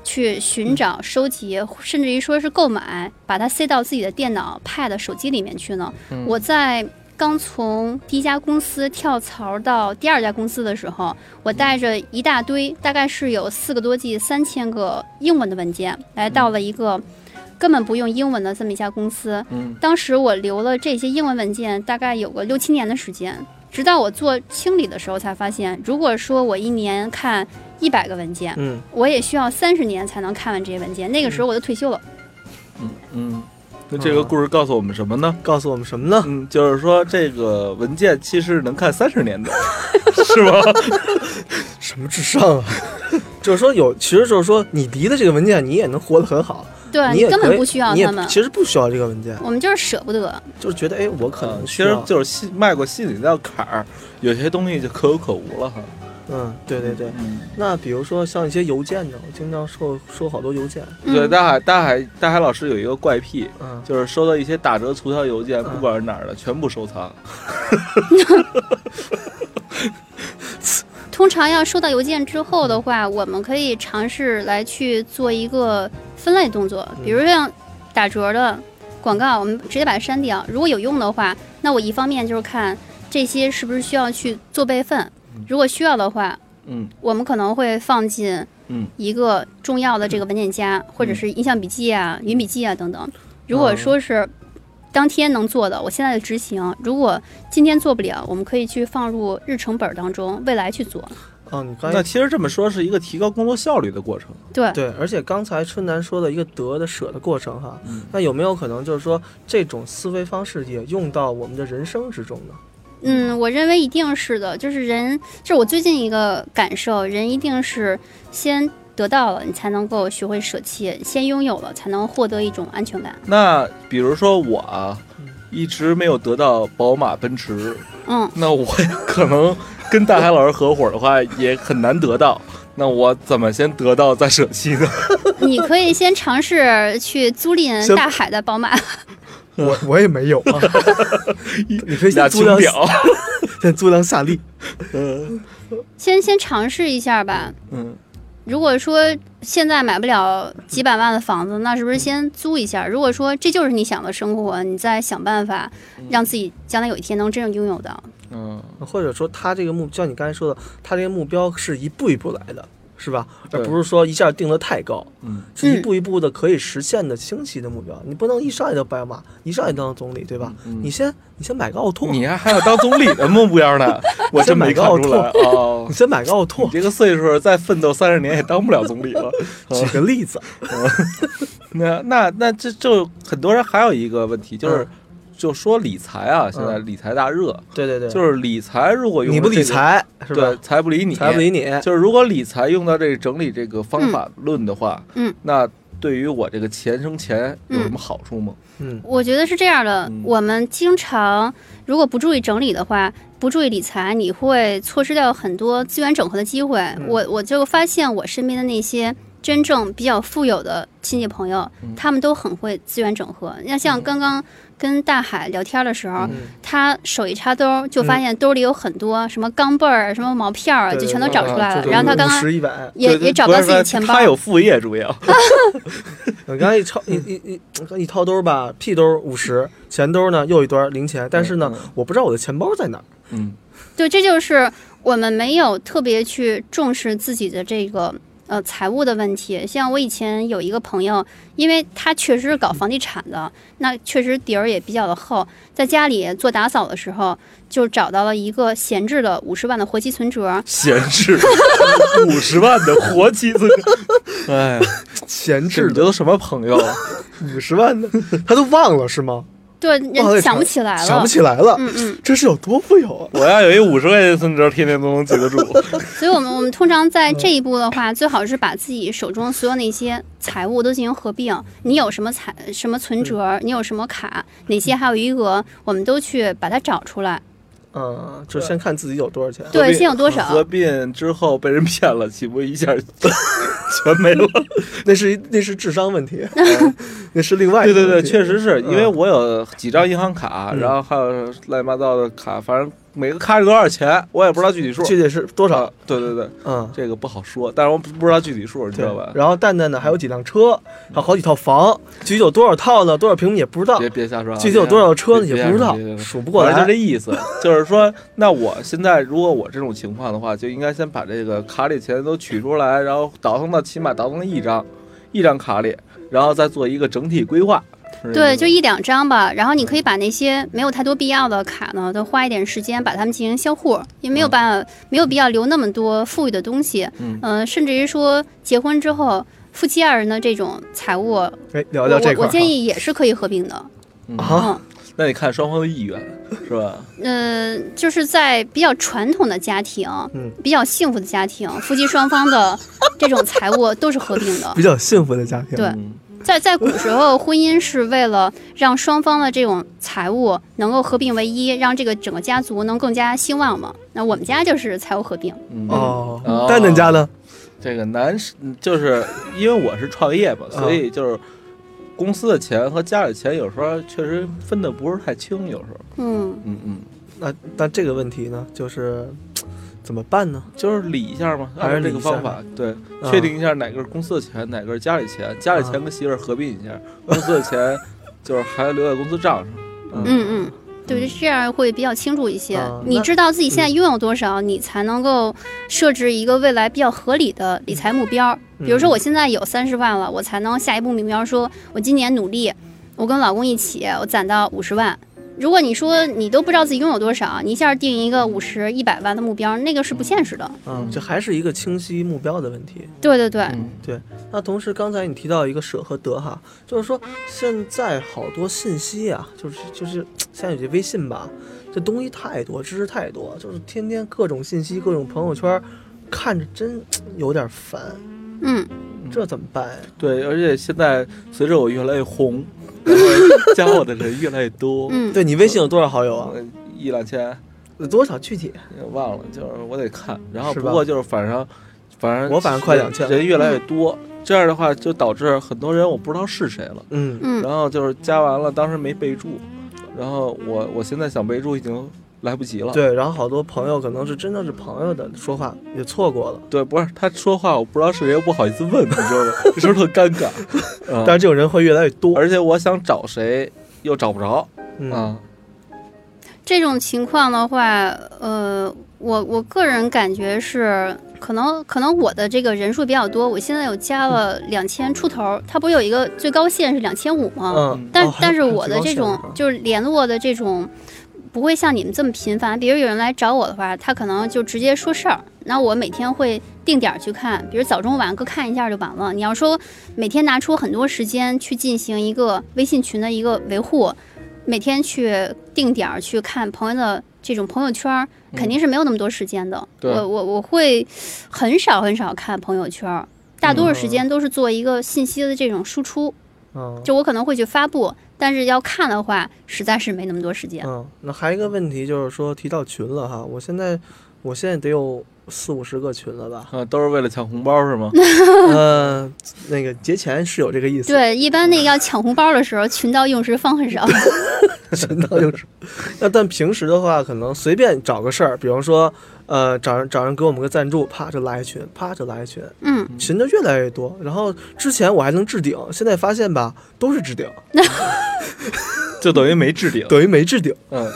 [SPEAKER 7] 去寻
[SPEAKER 1] 嗯
[SPEAKER 7] 找、收集，甚至于说是购买，把它塞到自己的电脑、Pad、手机里面去呢？
[SPEAKER 1] 嗯
[SPEAKER 7] 我在刚从第一家公司跳槽到第二家公司的时候，我带着一大堆，大概是有四个多 G、三千个英文的文件，来到了一个根本不用英文的这么一家公司。
[SPEAKER 6] 嗯
[SPEAKER 7] 当时我留了这些英文文件，大概有个六七年的时间，直到我做清理的时候才发现，如果说我一年看一百个文件，
[SPEAKER 1] 嗯，
[SPEAKER 7] 我也需要三十年才能看完这些文件。那个时候我都退休了。
[SPEAKER 6] 嗯，那这个故事告诉我们什么呢？
[SPEAKER 1] 告诉我们什么呢？
[SPEAKER 6] 嗯，就是说这个文件其实能看三十年 的，是吗？
[SPEAKER 1] 什么智商啊？ 就是说有，其实就是说你离了这个文件，你也能活得很好，
[SPEAKER 7] 对啊
[SPEAKER 1] 你也
[SPEAKER 7] 根
[SPEAKER 1] 可
[SPEAKER 7] 本
[SPEAKER 1] 以
[SPEAKER 7] 不需要
[SPEAKER 1] 你也
[SPEAKER 7] 他们，
[SPEAKER 1] 其实不需要这个文件，
[SPEAKER 7] 我们就是舍不得。
[SPEAKER 1] 就是觉得哎，我可
[SPEAKER 6] 嗯
[SPEAKER 1] 能
[SPEAKER 6] 其
[SPEAKER 1] 需
[SPEAKER 6] 实
[SPEAKER 1] 要，
[SPEAKER 6] 就是心迈过心里那道坎儿，有些东西就可有可无了哈。
[SPEAKER 1] 嗯，对对对。
[SPEAKER 6] 嗯，
[SPEAKER 1] 那比如说像一些邮件呢，我经常收收好多邮件，
[SPEAKER 6] 对，
[SPEAKER 7] 嗯，
[SPEAKER 6] 大海大海大海老师有一个怪癖，
[SPEAKER 1] 嗯，
[SPEAKER 6] 就是收到一些打折促销邮件，
[SPEAKER 1] 嗯
[SPEAKER 6] 不管是哪儿的，全部收藏。
[SPEAKER 7] 通常要收到邮件之后的话，我们可以尝试来去做一个分类动作，比如像打折的广告，我们直接把它删掉。如果有用的话，那我一方面就是看这些是不是需要去做备份，如果需要的话，
[SPEAKER 6] 嗯，
[SPEAKER 7] 我们可能会放进
[SPEAKER 6] 嗯
[SPEAKER 7] 一个重要的这个文件夹，或者是印象笔记啊、云笔记啊等等。如果说是当天能做的，我现在就执行；如果今天做不了，我们可以去放入日程本当中，未来去做。
[SPEAKER 1] 哦，你刚才
[SPEAKER 6] 那其实这么说是一个提高工作效率的过程。
[SPEAKER 7] 对，
[SPEAKER 1] 对，而且刚才春楠说的一个得的舍的过程哈，
[SPEAKER 6] 嗯
[SPEAKER 1] 那有没有可能就是说这种思维方式也用到我们的人生之 中呢？
[SPEAKER 7] 嗯，我认为一定是的。就是人，就是我最近一个感受，人一定是先得到了，你才能够学会舍弃；先拥有了，才能获得一种安全感。
[SPEAKER 6] 那比如说我啊，一直没有得到宝马、奔驰，
[SPEAKER 7] 嗯，
[SPEAKER 6] 那我可能跟大海老师合伙的话，也很难得到。那我怎么先得到再舍弃呢？
[SPEAKER 7] 你可以先尝试去租赁
[SPEAKER 1] 先
[SPEAKER 7] 大海的宝马。
[SPEAKER 1] 我我也没有啊，你可以 先
[SPEAKER 6] 俩
[SPEAKER 1] 租
[SPEAKER 6] 情
[SPEAKER 1] 辆，
[SPEAKER 6] 表，
[SPEAKER 1] 先租辆夏利，
[SPEAKER 7] 先先尝试一下吧。
[SPEAKER 6] 嗯，
[SPEAKER 7] 如果说现在买不了几百万的房子，那是不是先租一下？如果说这就是你想的生活，你再想办法让自己将来有一天能真正拥有到。
[SPEAKER 6] 嗯，
[SPEAKER 1] 或者说他这个目，像你刚才说的，他这个目标是一步一步来的，是吧？而
[SPEAKER 6] 对
[SPEAKER 1] 不是说一下定得太高，
[SPEAKER 6] 嗯，
[SPEAKER 1] 是一步一步的可以实现的清晰的目标。你不能一上来就白马，一上来就当总理，对吧？你先你先买个奥拓，
[SPEAKER 6] 嗯 你还还要当总理的目 标呢？我真没看出来哦
[SPEAKER 1] 你。先买个奥拓
[SPEAKER 6] 你。这个岁数再奋斗三十年也当不了总理 了。
[SPEAKER 1] 举个例 子，
[SPEAKER 6] 那那那这就很多人还有一个问题就是
[SPEAKER 1] 嗯，
[SPEAKER 6] 就说理财啊，现在理财大热，
[SPEAKER 1] 对对对，
[SPEAKER 6] 就是理财如果用
[SPEAKER 1] 你不理
[SPEAKER 6] 这个，
[SPEAKER 1] 财是吧
[SPEAKER 6] 对，？财不理你，
[SPEAKER 1] 财不理你，
[SPEAKER 6] 就是如果理财用到这个整理这个方法论的话，
[SPEAKER 7] 嗯，
[SPEAKER 6] 那对于我这个钱生钱有什么好处吗？
[SPEAKER 1] 嗯，
[SPEAKER 7] 我觉得是这样的
[SPEAKER 6] 嗯，
[SPEAKER 7] 我们经常如果不注意整理的话，不注意理财，你会错失掉很多资源整合的机会。我我就发现我身边的那些真正比较富有的亲戚朋友，他们都很会资源整合。那像刚刚跟大海聊天的时候，他手一插兜，就发现兜里有很多什么钢镚儿、什么毛片儿，
[SPEAKER 1] 对啊
[SPEAKER 7] 就全都找出来了。
[SPEAKER 6] 对
[SPEAKER 7] 然后他刚刚
[SPEAKER 1] 十一百，
[SPEAKER 7] 也
[SPEAKER 6] 对对
[SPEAKER 7] 也找不到
[SPEAKER 6] 不
[SPEAKER 7] 自
[SPEAKER 6] 是
[SPEAKER 7] 己钱包
[SPEAKER 6] 他。有副业主 要，
[SPEAKER 1] 我刚才一掏一一一一掏兜儿吧，屁兜儿五十，钱兜儿呢又一堆儿零钱，但是呢，我不知道我的钱包在哪儿。
[SPEAKER 6] 嗯，
[SPEAKER 7] 对，这就是我们没有特别去重视自己的这个呃财务的问题。像我以前有一个朋友，因为他确实是搞房地产的，那确实底儿也比较的厚，在家里做打扫的时候，就找到了一个闲置的五十万的活期存折。
[SPEAKER 6] 闲置五十万的活期资， 哎，
[SPEAKER 1] 闲置
[SPEAKER 6] 这你这
[SPEAKER 1] 的
[SPEAKER 6] 都什么朋友？
[SPEAKER 1] 五十万呢，他都忘了是吗？
[SPEAKER 7] 对，
[SPEAKER 1] 忘了
[SPEAKER 7] 人想不起来了，
[SPEAKER 1] 哦想不起来了，
[SPEAKER 7] 嗯嗯，
[SPEAKER 1] 这是有多富有啊！
[SPEAKER 6] 我要有一五十块钱的存折，天天都能记 得住。
[SPEAKER 7] 所以我们我们通常在
[SPEAKER 1] 嗯
[SPEAKER 7] 这一步的话，最好是把自己手中所有那些财务都进行合并。你有什么财什么存折，你有什么卡，哪些还有余额，我们都去把它找出来。
[SPEAKER 1] 嗯，就先看自己有多少钱。
[SPEAKER 7] 对，先有多少？
[SPEAKER 6] 合并之后被人骗了，岂不一 下全没了？
[SPEAKER 1] 那是一那是智商问题，那是另外一个
[SPEAKER 6] 对对对，
[SPEAKER 1] 问题
[SPEAKER 6] 确实是因为
[SPEAKER 1] 嗯
[SPEAKER 6] 我有几张银行卡，
[SPEAKER 1] 嗯
[SPEAKER 6] 然后还有乱七八糟的卡，反正每个卡是多少钱，我也不知道具体数。
[SPEAKER 1] 具体是多
[SPEAKER 6] 多
[SPEAKER 1] 少？？
[SPEAKER 6] 对对对，
[SPEAKER 1] 嗯，
[SPEAKER 6] 这个不好说，但是我不不知道具体数，你知
[SPEAKER 1] 对
[SPEAKER 6] 道吧。？
[SPEAKER 1] 然后蛋蛋呢，还有几辆车，还有好几套房，具体有多少套呢？多少平米也不知道。
[SPEAKER 6] 别别瞎说啊，
[SPEAKER 1] 具体有多少车呢
[SPEAKER 6] 别
[SPEAKER 1] 也不知道
[SPEAKER 6] 别别别别
[SPEAKER 1] 数不过来
[SPEAKER 6] 反正就这意思。 就是说，那我现在如果我这种情况的话，就应该先把这个卡里钱都取出来，然后倒腾到起码倒腾一张，一张卡里，然后再做一个整体规划。是这意
[SPEAKER 7] 对，
[SPEAKER 1] 嗯
[SPEAKER 6] 思
[SPEAKER 7] 就一两张吧。然后你可以把那些没有太多必要的卡呢，都花一点时间把它们进行销户，也
[SPEAKER 1] 嗯
[SPEAKER 7] 没有办法，没有必要留那么多富裕的东西。
[SPEAKER 6] 嗯
[SPEAKER 7] 呃甚至于说结婚之后。夫妻二人的这种财务，我
[SPEAKER 1] 哎，聊聊这块
[SPEAKER 7] 我
[SPEAKER 1] 儿
[SPEAKER 7] 我
[SPEAKER 1] 哈
[SPEAKER 7] 建议也是可以合并的。
[SPEAKER 1] 啊，
[SPEAKER 6] 那得看双方的意愿，是吧？
[SPEAKER 7] 嗯、呃，就是在比较传统的家庭，
[SPEAKER 1] 嗯
[SPEAKER 7] 比较幸福的家庭，夫妻双方的这种财务都是合 并的
[SPEAKER 1] 比。较幸福的家庭，
[SPEAKER 7] 对在在古时候，婚姻是为了让双方的这种财务能够合并为一，让这个整个家族能更加兴旺嘛。那我们家就是财务合并，
[SPEAKER 6] 嗯，
[SPEAKER 1] 哦
[SPEAKER 6] 哦，
[SPEAKER 1] 蛋蛋家呢？
[SPEAKER 6] 这个难是，就是因为我是创业嘛，
[SPEAKER 1] 哦
[SPEAKER 6] 所以就是公司的钱和家里的钱有时候确实分的不是太清，有时候，
[SPEAKER 7] 嗯，
[SPEAKER 6] 嗯嗯，
[SPEAKER 1] 那但这个问题呢，就是怎么办呢？
[SPEAKER 6] 就是理一下嘛，
[SPEAKER 1] 还是
[SPEAKER 6] 按照这
[SPEAKER 1] 理
[SPEAKER 6] 个
[SPEAKER 1] 一下
[SPEAKER 6] 方法，对，
[SPEAKER 1] 啊
[SPEAKER 6] 确定一下哪个是公司的钱，哪个是家里钱，家里
[SPEAKER 1] 嗯
[SPEAKER 6] 钱跟媳妇儿合并一下，公司 的钱就是还留在公司账上，
[SPEAKER 7] 嗯嗯，对，这样会比较清楚一些。
[SPEAKER 1] 啊
[SPEAKER 7] 你
[SPEAKER 1] 那
[SPEAKER 7] 知道自己现在拥有多少，你才能够设置一个未来比较合理的理财目标。
[SPEAKER 1] 嗯
[SPEAKER 7] 比如说，我现在有三十万了，我才能下一步目标说，我今年努力，我跟老公一起，我攒到五十万。如果你说你都不知道自己拥有多少，你一下定一个五十、一百万的目标，那个是不现实的。
[SPEAKER 1] 嗯，这还是一个清晰目标的问题。
[SPEAKER 7] 对对对，
[SPEAKER 1] 嗯那同时，刚才你提到一个舍和得哈，就是说现在好多信息啊，就是就是现在有些微信吧，这东西太多，知识太多，就是天天各种信息，各种朋友圈，看着真有点烦，
[SPEAKER 7] 嗯，
[SPEAKER 1] 这怎么办呀？
[SPEAKER 6] 对，而且现在随着我越来越红，然后加我的人越来越多，
[SPEAKER 7] 嗯
[SPEAKER 1] 对你微信有多少好友啊？
[SPEAKER 6] 呃，一两千。
[SPEAKER 1] 有多少具体？
[SPEAKER 6] 忘了，就是我得看。然后
[SPEAKER 1] 是
[SPEAKER 6] 不
[SPEAKER 1] 吧
[SPEAKER 6] 过就是反正，反正
[SPEAKER 1] 我反正快两千了嗯
[SPEAKER 6] 人越来越多，这样的话就导致很多人我不知道是谁了。
[SPEAKER 1] 嗯，
[SPEAKER 7] 嗯
[SPEAKER 6] 然后就是加完了，当时没备注，然后我我现在想备注已经来不及了。
[SPEAKER 1] 对，然后好多朋友可能是真的是朋友的说话也错过了，
[SPEAKER 6] 对不是他说话，我不知道是谁，我不好意思问，你知道 吗？这时候特尴 尬。嗯
[SPEAKER 1] 但是这种人会越来越多。
[SPEAKER 6] 而且我想找谁又找不着
[SPEAKER 1] 嗯，
[SPEAKER 6] 啊。
[SPEAKER 7] 这种情况的话，呃，我我个人感觉是，可能可能我的这个人数比较多，我现在有加了两千出头，它不是有一个最高限是两千五吗？
[SPEAKER 1] 嗯，
[SPEAKER 7] 但、
[SPEAKER 1] 哦还
[SPEAKER 7] 但是
[SPEAKER 1] 还
[SPEAKER 7] 我
[SPEAKER 1] 提
[SPEAKER 7] 的
[SPEAKER 1] 高
[SPEAKER 7] 这
[SPEAKER 1] 效率
[SPEAKER 7] 种
[SPEAKER 1] 啊
[SPEAKER 7] 就是联络的这种，不会像你们这么频繁。比如有人来找我的话，他可能就直接说事儿，那我每天会定点儿去看，比如早中晚各看一下就完了。你要说每天拿出很多时间去进行一个微信群的一个维护，每天去定点儿去看朋友的。这种朋友圈儿
[SPEAKER 1] 嗯
[SPEAKER 7] 肯定是没有那么多时间的。
[SPEAKER 6] 对
[SPEAKER 1] 啊
[SPEAKER 7] 我我我会很少很少看朋友圈儿，大多数时间都是做一个信息的这种输出。
[SPEAKER 1] 嗯
[SPEAKER 7] 就我可能会去发布，但是要看的话，实在是没那么多时间。
[SPEAKER 1] 嗯，那还有一个问题就是说提到群了哈，我现在我现在得有四五十个群了 吧？
[SPEAKER 6] 啊，都是为了抢红包是吗？
[SPEAKER 7] 嗯
[SPEAKER 1] 呃，那个节前是有这个意思，
[SPEAKER 7] 对，一般那个要抢红包的时候，群到用时方恨少。
[SPEAKER 1] 真的就是。那但平时的话，可能随便找个事儿，比方说，呃，找人找人给我们个赞助，啪就拉一群，啪就拉一群，
[SPEAKER 7] 嗯，
[SPEAKER 1] 群就越来越多。然后之前我还能置顶，现在发现吧，都是置顶，
[SPEAKER 6] 就等于没置顶。
[SPEAKER 1] 等于没置顶。
[SPEAKER 6] 嗯，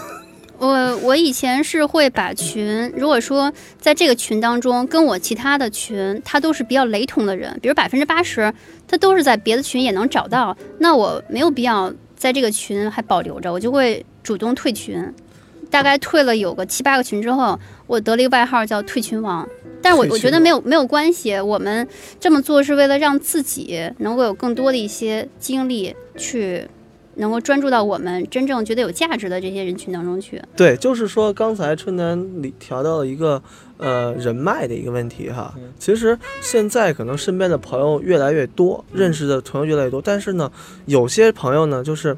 [SPEAKER 7] 我我以前是会把群，如果说在这个群当中跟我其他的群，他都是比较雷同的人，比如百分之八十，他都是在别的群也能找到，那我没有必要在这个群还保留着，我就会主动退群。大概退了有个七八个群之后，我得了一个外号叫“退群王”，但是我
[SPEAKER 1] 退群
[SPEAKER 7] 我觉得没有没有关系，我们这么做是为了让自己能够有更多的一些精力去。能够专注到我们真正觉得有价值的这些人群当中去。
[SPEAKER 1] 对，就是说刚才春楠里调到了一个呃人脉的一个问题哈。
[SPEAKER 6] 嗯
[SPEAKER 1] 其实现在可能身边的朋友越来越多，认识的朋友越来越多，但是呢，有些朋友呢就是嘖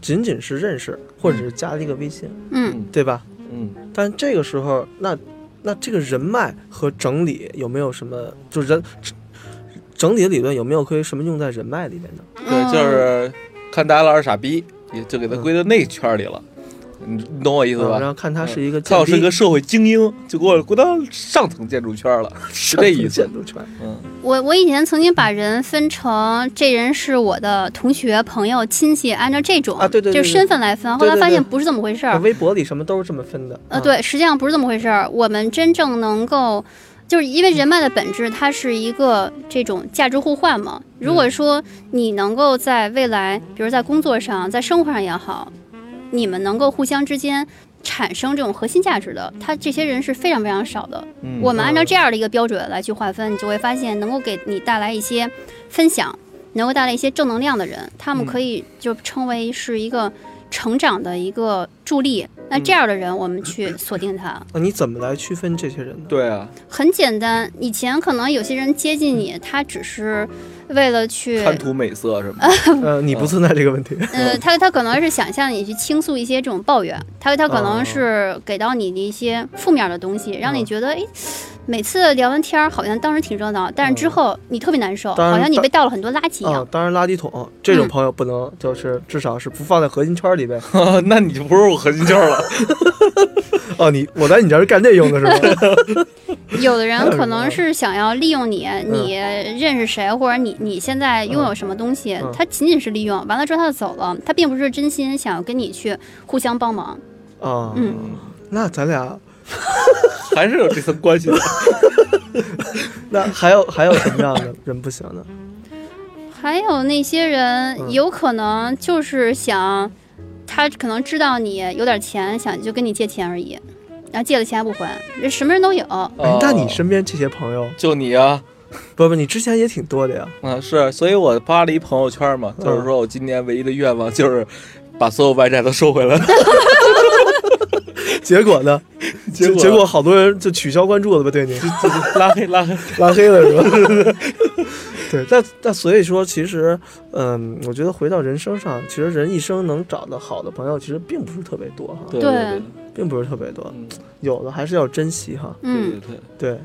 [SPEAKER 1] 仅仅是认识，或者是加了一个微信，
[SPEAKER 7] 嗯，
[SPEAKER 1] 对吧？
[SPEAKER 6] 嗯，
[SPEAKER 1] 但这个时候，那那这个人脉和整理有没有什么就人整理的理论有没有可以什么用在人脉里面呢？
[SPEAKER 6] 对，
[SPEAKER 7] 嗯
[SPEAKER 6] 就是看大家老是傻逼，也就给他归到那个圈儿里了。你你懂我意思
[SPEAKER 1] 嗯
[SPEAKER 6] 吧？
[SPEAKER 1] 然后看他是一个
[SPEAKER 6] 他要
[SPEAKER 1] 建
[SPEAKER 6] 啊是
[SPEAKER 1] 立
[SPEAKER 6] 个社会精英，就给我归到上层建筑圈儿了，是这意思
[SPEAKER 1] 建。筑圈
[SPEAKER 6] 嗯，
[SPEAKER 7] 我我以前曾经把人分成这人是我的同学、朋友、亲戚，按照这种
[SPEAKER 1] 啊对对对
[SPEAKER 7] 就是身份来分。后
[SPEAKER 1] 对对
[SPEAKER 7] 来发现
[SPEAKER 1] 对
[SPEAKER 7] 不是这么回事儿，
[SPEAKER 1] 微博里什么都是这么分的。
[SPEAKER 7] 啊呃，
[SPEAKER 1] 嗯，
[SPEAKER 7] 对，实际上不是这么回事儿。我们真正能够，就是因为人脉的本质，它是一个这种价值互换嘛。如
[SPEAKER 1] 嗯
[SPEAKER 7] 果说你能够在未来，比如在工作上、在生活上也好，你们能够互相之间产生这种核心价值的，他这些人是非常非常少的。
[SPEAKER 6] 嗯
[SPEAKER 7] 我们按照这样的一个标准来去划分，你就会发现能够给你带来一些分享，能够带来一些正能量的人，他们可以就称为是一个成长的一个助力。那这样的人，我们去锁定他。
[SPEAKER 1] 那你怎么来区分这些人呢？
[SPEAKER 6] 对啊，
[SPEAKER 7] 很简单，以前可能有些人接近你，他只是为了去，
[SPEAKER 6] 贪图美色什么的，
[SPEAKER 7] 嗯
[SPEAKER 1] 呃，你不存在这个问 题。啊
[SPEAKER 7] 呃，他他可能是想向你去倾诉一些这种抱怨，他他可
[SPEAKER 1] 哦
[SPEAKER 7] 能是给到你的一些负面的东西，
[SPEAKER 1] 嗯
[SPEAKER 7] 让你觉得哎。每次聊完天儿，好像当时挺热闹，但是之后你特别难受，
[SPEAKER 1] 嗯当然
[SPEAKER 7] 好像你被倒了很多垃圾一
[SPEAKER 1] 啊
[SPEAKER 7] 样。，
[SPEAKER 1] 当然垃圾桶这种
[SPEAKER 7] 嗯
[SPEAKER 1] 朋友不能，就是至少是不放在核心圈里呗。
[SPEAKER 6] 那你就不是我核心圈了。
[SPEAKER 1] 哦，你我来你这儿是干这用的是吧？
[SPEAKER 7] 有的人可能是想要利用你，
[SPEAKER 1] 嗯
[SPEAKER 7] 你认识谁，或者你你现在拥有什么东西，
[SPEAKER 1] 嗯
[SPEAKER 7] 他仅仅是利用，完了之后他就走了，他并不是真心想要跟你去互相帮忙。
[SPEAKER 1] 啊，
[SPEAKER 7] 嗯，
[SPEAKER 1] 那咱俩
[SPEAKER 6] 还是有这层关系的。
[SPEAKER 1] 那还有还有什么样的人不行呢？
[SPEAKER 7] 还有那些人
[SPEAKER 1] 嗯
[SPEAKER 7] 有可能就是想，他可能知道你有点钱，想就跟你借钱而已，然后借了钱还不还，这什么人都有。
[SPEAKER 1] 哎，那你
[SPEAKER 6] 哦
[SPEAKER 1] 身边这些朋友，
[SPEAKER 6] 就你啊，
[SPEAKER 1] 不不，你之前也挺多的呀。
[SPEAKER 6] 嗯，是，所以我发了一朋友圈嘛，
[SPEAKER 1] 嗯
[SPEAKER 6] 就是说我今年唯一的愿望就是把所有外债都收回 来。
[SPEAKER 1] 结果呢？
[SPEAKER 6] 结
[SPEAKER 1] 结
[SPEAKER 6] 果
[SPEAKER 1] 果好多人就取消关注了吧？对你
[SPEAKER 6] 拉黑拉黑，
[SPEAKER 1] 拉黑了是 吧？对，但但所以说，其实，嗯，我觉得回到人生上，其实人一生能找到好的朋友，其实并不是特别多哈，
[SPEAKER 6] 对
[SPEAKER 7] 对
[SPEAKER 6] 对
[SPEAKER 1] 并不是特别多
[SPEAKER 6] 嗯，
[SPEAKER 1] 有的还是要珍惜哈。
[SPEAKER 6] 对
[SPEAKER 7] 嗯
[SPEAKER 6] 对对
[SPEAKER 1] 对，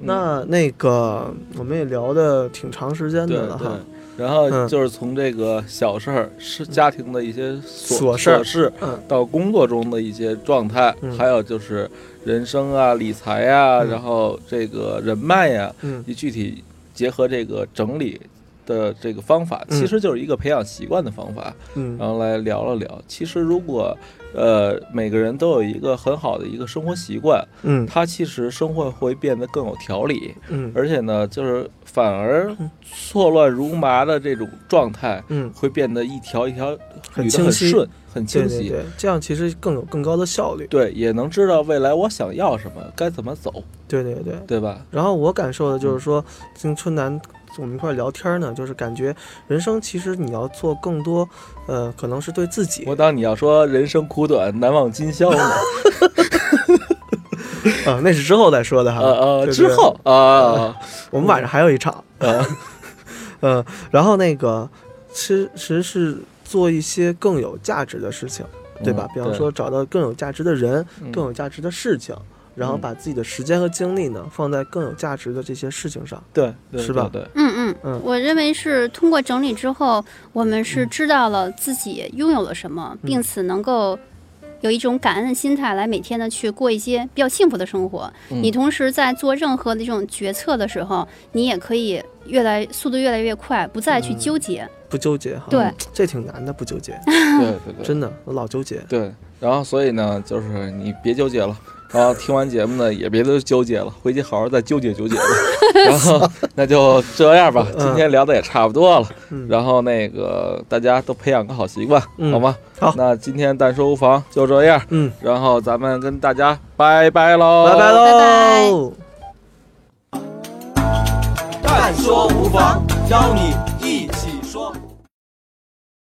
[SPEAKER 1] 那那个我们也聊的挺长时间
[SPEAKER 6] 对
[SPEAKER 1] 的了
[SPEAKER 6] 对
[SPEAKER 1] 哈。。
[SPEAKER 6] 然后
[SPEAKER 1] 嗯
[SPEAKER 6] 就是从这个小事儿、是家庭的一些琐
[SPEAKER 1] 琐事儿
[SPEAKER 6] 事
[SPEAKER 1] 嗯，
[SPEAKER 6] 到工作中的一些状态，
[SPEAKER 1] 嗯
[SPEAKER 6] 还有就是人生啊、理财啊，
[SPEAKER 1] 嗯
[SPEAKER 6] 然后这个人脉啊呀、
[SPEAKER 1] 嗯
[SPEAKER 6] 你具体结合这个整理的这个方法，
[SPEAKER 1] 嗯
[SPEAKER 6] 其实就是一个培养习惯的方法。然
[SPEAKER 1] 嗯
[SPEAKER 6] 后来聊了聊。其实如果呃每个人都有一个很好的一个生活习惯，
[SPEAKER 1] 嗯
[SPEAKER 6] 他其实生活会变得更有条理，
[SPEAKER 1] 嗯
[SPEAKER 6] 而且呢，就是反而错乱如麻的这种状态。
[SPEAKER 1] 嗯，
[SPEAKER 6] 会变得一条一条捋得
[SPEAKER 1] 很清晰
[SPEAKER 6] 很顺、很
[SPEAKER 1] 对
[SPEAKER 6] 清晰。
[SPEAKER 1] 对对，这样其实更有更高的效率。
[SPEAKER 6] 对也能知道未来我想要什么，该怎么走，
[SPEAKER 1] 对对对。
[SPEAKER 6] 对吧？
[SPEAKER 1] 然后我感受的
[SPEAKER 6] 嗯
[SPEAKER 1] 就是说，跟春楠我们一块儿聊天儿呢，就是感觉人生其实你要做更多，呃，可能是对自己
[SPEAKER 6] 我当你要说人生苦短，难忘今宵呢，
[SPEAKER 1] 啊，那是之后再说的哈。
[SPEAKER 6] 呃呃，
[SPEAKER 1] 对
[SPEAKER 6] 之，后啊啊
[SPEAKER 1] 对我们晚上还有一场，
[SPEAKER 6] 啊，
[SPEAKER 1] 嗯，然后那个其实是做一些更有价值的事情，对吧？
[SPEAKER 6] 嗯
[SPEAKER 1] 比方说找到更有价值的人，更有价值的事情。然后
[SPEAKER 6] 嗯
[SPEAKER 1] 把自己的时间和精力呢，放在更有价值的这些事情上。
[SPEAKER 6] 对对
[SPEAKER 1] 是吧
[SPEAKER 6] 对，对
[SPEAKER 7] 嗯
[SPEAKER 1] 嗯
[SPEAKER 7] 嗯，我认为是通过整理之后，我们是知道了自己拥有了什么，并此能够有一种感恩的心态来每天的去过一些比较幸福的生活。
[SPEAKER 6] 嗯
[SPEAKER 7] 你同时在做任何的这种决策的时候，你也可以越来速度越来越快，不再去纠结。
[SPEAKER 1] 不纠结哈，
[SPEAKER 7] 对，
[SPEAKER 1] 这挺难的，不纠 结，
[SPEAKER 6] 对 对对，
[SPEAKER 1] 真的，我老纠结。
[SPEAKER 6] 对，然后所以呢，就是你别纠结了。然后听完节目呢，也别都纠结了，回去好好再纠结 纠结吧。然后那就这样吧，今天聊的也差不多了。
[SPEAKER 1] 嗯
[SPEAKER 6] 然后那个大家都培养个好习惯，
[SPEAKER 1] 嗯
[SPEAKER 6] 好吗？
[SPEAKER 1] 好
[SPEAKER 6] 那今天淡说无妨就这样。
[SPEAKER 1] 嗯，
[SPEAKER 6] 然后咱们跟大家拜拜喽，
[SPEAKER 1] 拜拜喽。
[SPEAKER 7] 拜
[SPEAKER 5] 但说无妨，邀你